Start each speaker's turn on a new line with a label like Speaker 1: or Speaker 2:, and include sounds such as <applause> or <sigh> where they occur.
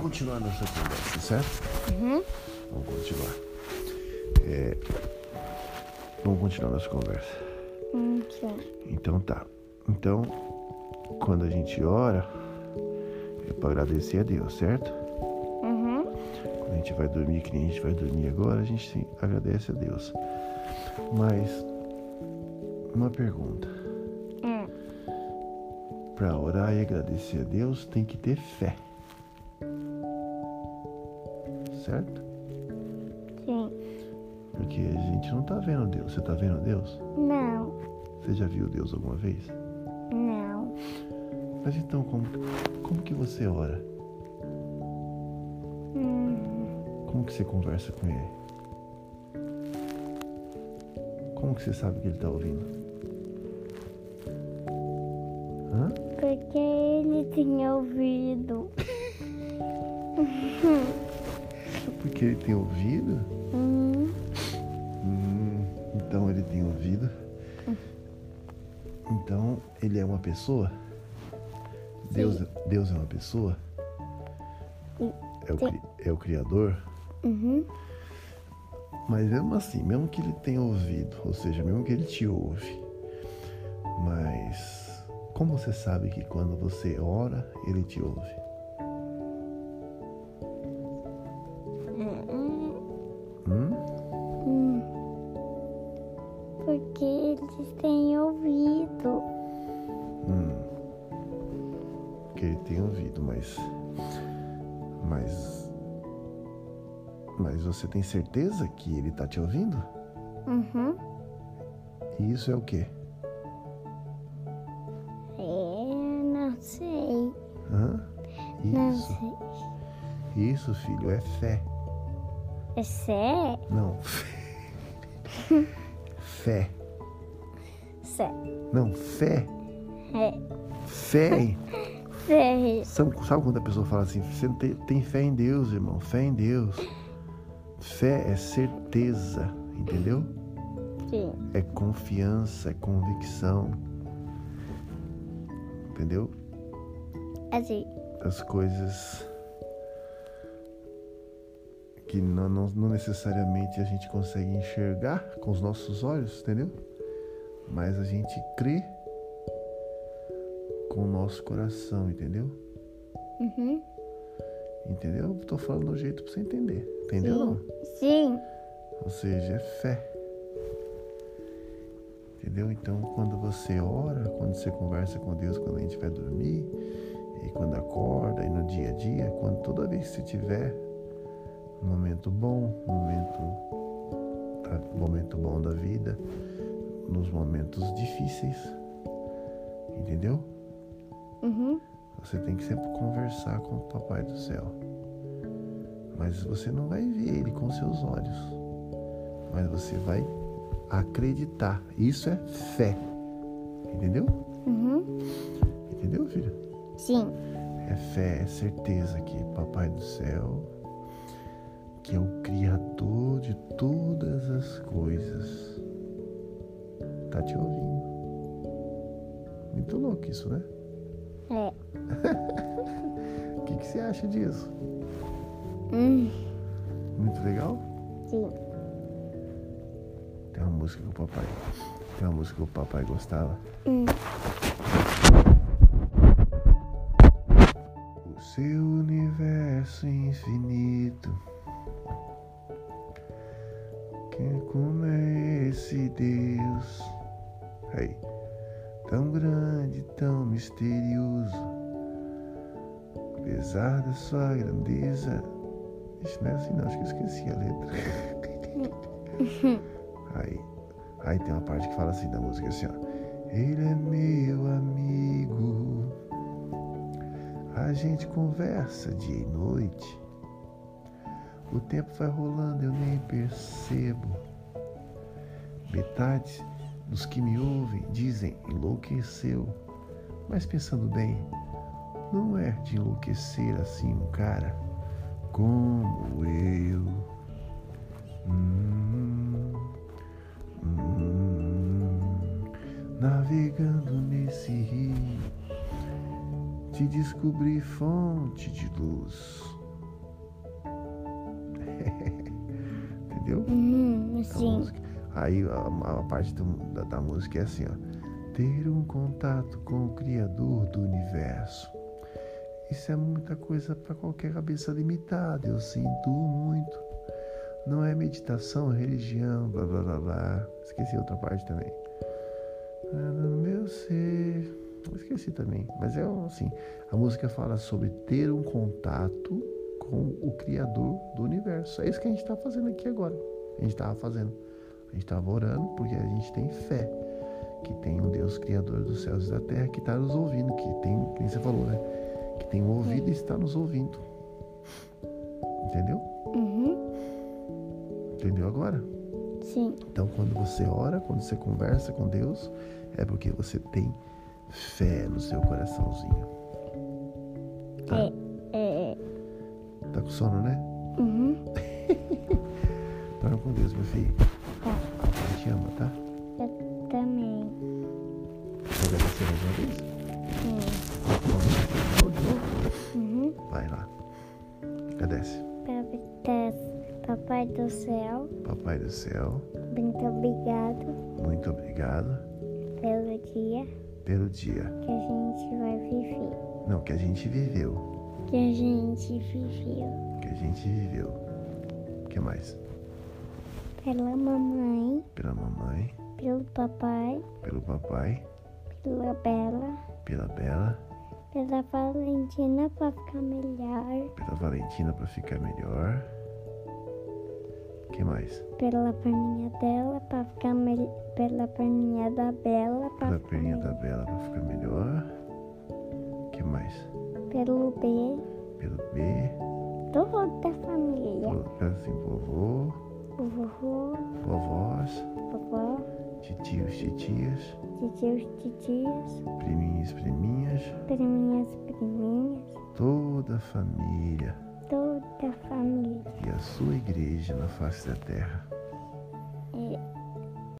Speaker 1: continuar nossa conversa, certo?
Speaker 2: Uhum.
Speaker 1: Vamos continuar. É, Vamos continuar nossa conversa.
Speaker 2: Hum, certo.
Speaker 1: Então tá. Então, quando a gente ora, é pra agradecer a Deus, certo?
Speaker 2: Uhum.
Speaker 1: Quando a gente vai dormir, que nem a gente vai dormir agora, a gente sim, agradece a Deus. Mas, uma pergunta.
Speaker 2: Hum.
Speaker 1: Pra orar e agradecer a Deus, tem que ter fé. Certo?
Speaker 2: Sim.
Speaker 1: Porque a gente não tá vendo Deus. Você tá vendo Deus?
Speaker 2: Não.
Speaker 1: Você já viu Deus alguma vez?
Speaker 2: Não.
Speaker 1: Mas então, como, como que você ora? Como que você conversa com ele? Como que você sabe que ele tá ouvindo? Hã?
Speaker 2: Porque ele tem ouvido.
Speaker 1: Só porque ele tem ouvido?
Speaker 2: Hum.
Speaker 1: Hum, então ele tem ouvido. Então ele é uma pessoa? Deus, Deus é uma pessoa?
Speaker 2: Sim.
Speaker 1: É o, cri- é o Criador?
Speaker 2: Uhum.
Speaker 1: Mas mesmo assim, mesmo que ele tenha ouvido, ou seja, mesmo que ele te ouve, mas como você sabe que quando você ora, ele te ouve? Hum?
Speaker 2: Porque eles têm ouvido.
Speaker 1: Que ele tem ouvido, mas. Mas. Mas você tem certeza que ele tá te ouvindo?
Speaker 2: Uhum.
Speaker 1: E isso é o quê?
Speaker 2: É, não sei.
Speaker 1: Hã?
Speaker 2: Não
Speaker 1: Isso.
Speaker 2: sei.
Speaker 1: Isso, filho, é fé.
Speaker 2: É sério?
Speaker 1: Não. fé.
Speaker 2: Sério.
Speaker 1: Não, fé.
Speaker 2: É.
Speaker 1: Fé.
Speaker 2: Sério.
Speaker 1: Sabe, sabe quando a pessoa fala assim, você não tem, tem fé em Deus, irmão, fé em Deus. Fé é certeza, entendeu?
Speaker 2: Sim.
Speaker 1: É confiança, é convicção. Entendeu?
Speaker 2: Assim.
Speaker 1: As coisas que não, não- não necessariamente a gente consegue enxergar com os nossos olhos, entendeu? Mas a gente crê com o nosso coração, entendeu?
Speaker 2: Uhum.
Speaker 1: Entendeu? Eu tô falando do jeito pra você entender. Entendeu? não?
Speaker 2: Sim.
Speaker 1: Ou seja, é fé. Entendeu? Então, quando você ora, quando você conversa com Deus, quando a gente vai dormir, e quando acorda, e no dia a dia, quando toda vez que você tiver um momento bom, um momento, tá, um momento bom da vida, nos momentos difíceis, entendeu?
Speaker 2: Uhum.
Speaker 1: Você tem que sempre conversar com o Papai do Céu. Mas você não vai ver ele com seus olhos. Mas você vai acreditar. Isso é fé. Entendeu?
Speaker 2: Uhum.
Speaker 1: Entendeu, filho?
Speaker 2: Sim.
Speaker 1: É fé, é certeza que Papai do Céu, que é o Criador de todas as coisas, tá te ouvindo. Muito louco isso, né?
Speaker 2: É.
Speaker 1: O que, que você acha disso?
Speaker 2: Hum.
Speaker 1: Muito legal?
Speaker 2: Sim.
Speaker 1: Tem uma música que o papai. Tem uma música que o papai gostava.
Speaker 2: Hum.
Speaker 1: O seu universo infinito. Quem como é esse Deus? Aí. Tão grande, tão misterioso. Apesar da sua grandeza. Isso não é assim não, acho que eu esqueci a letra. Aí, aí tem uma parte que fala assim da música assim, ó. Ele é meu amigo. A gente conversa dia e noite. O tempo vai rolando, eu nem percebo. Metade dos que me ouvem dizem enlouqueceu. Mas pensando bem, não é de enlouquecer assim um cara como eu. Hum. Hum, Navegando nesse rio, te descobri fonte de luz. <laughs>
Speaker 2: Uhum,
Speaker 1: A
Speaker 2: sim.
Speaker 1: música. Aí a, a parte do- da, da música é assim, ó. Ter um contato com o Criador do Universo. Isso é muita coisa para qualquer cabeça limitada, eu sinto muito. Não é meditação, é religião, blá blá blá blá. Esqueci outra parte também. Ah, No meu ser. Esqueci também. Mas é um, assim: a música fala sobre ter um contato com o Criador do Universo. É isso que a gente está fazendo aqui agora. A gente estava fazendo. A gente estava orando porque a gente tem fé que tem um Deus Criador dos céus e da terra que está nos ouvindo, que tem, como você falou, né? Que tem um ouvido e está nos ouvindo. Entendeu?
Speaker 2: Uhum,
Speaker 1: Entendeu agora?
Speaker 2: sim.
Speaker 1: Então, quando você ora, quando você conversa com Deus, é porque você tem fé no seu coraçãozinho. Tá,
Speaker 2: É, é.
Speaker 1: tá com sono, né?
Speaker 2: Uhum,
Speaker 1: Dorme com Deus, meu filho.
Speaker 2: Tá.
Speaker 1: A gente te ama, tá?
Speaker 2: eu também.
Speaker 1: Vou agradecer mais uma vez.
Speaker 2: Sim.
Speaker 1: Vamos, de novo.
Speaker 2: Uhum.
Speaker 1: Vai lá. Agradece.
Speaker 2: Papai- Papai do céu,
Speaker 1: Papai do céu,
Speaker 2: muito obrigado
Speaker 1: muito obrigado
Speaker 2: pelo dia
Speaker 1: pelo dia.
Speaker 2: que a gente vai viver.
Speaker 1: Não, que a gente viveu.
Speaker 2: Que a gente viveu.
Speaker 1: Que a gente viveu. O que mais?
Speaker 2: Pela mamãe,
Speaker 1: Pela mamãe,
Speaker 2: pelo papai,
Speaker 1: pelo papai,
Speaker 2: pela Bela,
Speaker 1: pela Bela,
Speaker 2: pela Valentina pra ficar melhor,
Speaker 1: pela Valentina pra ficar melhor. O que mais?
Speaker 2: pela perninha dela pra ficar melhor, pela perninha da Bela pra
Speaker 1: Pela
Speaker 2: ficar
Speaker 1: perninha da
Speaker 2: melhor,
Speaker 1: Bela pra ficar melhor. O que mais?
Speaker 2: pelo B,
Speaker 1: Pelo B,
Speaker 2: todo da família.
Speaker 1: pelo pelo assim, vovô,
Speaker 2: O vovô,
Speaker 1: vovós,
Speaker 2: vovó,
Speaker 1: titios, titias,
Speaker 2: titios, titias,
Speaker 1: priminhas, priminhas,
Speaker 2: priminhas, priminhas.
Speaker 1: toda a família.
Speaker 2: toda a família.
Speaker 1: e a sua igreja na face da terra.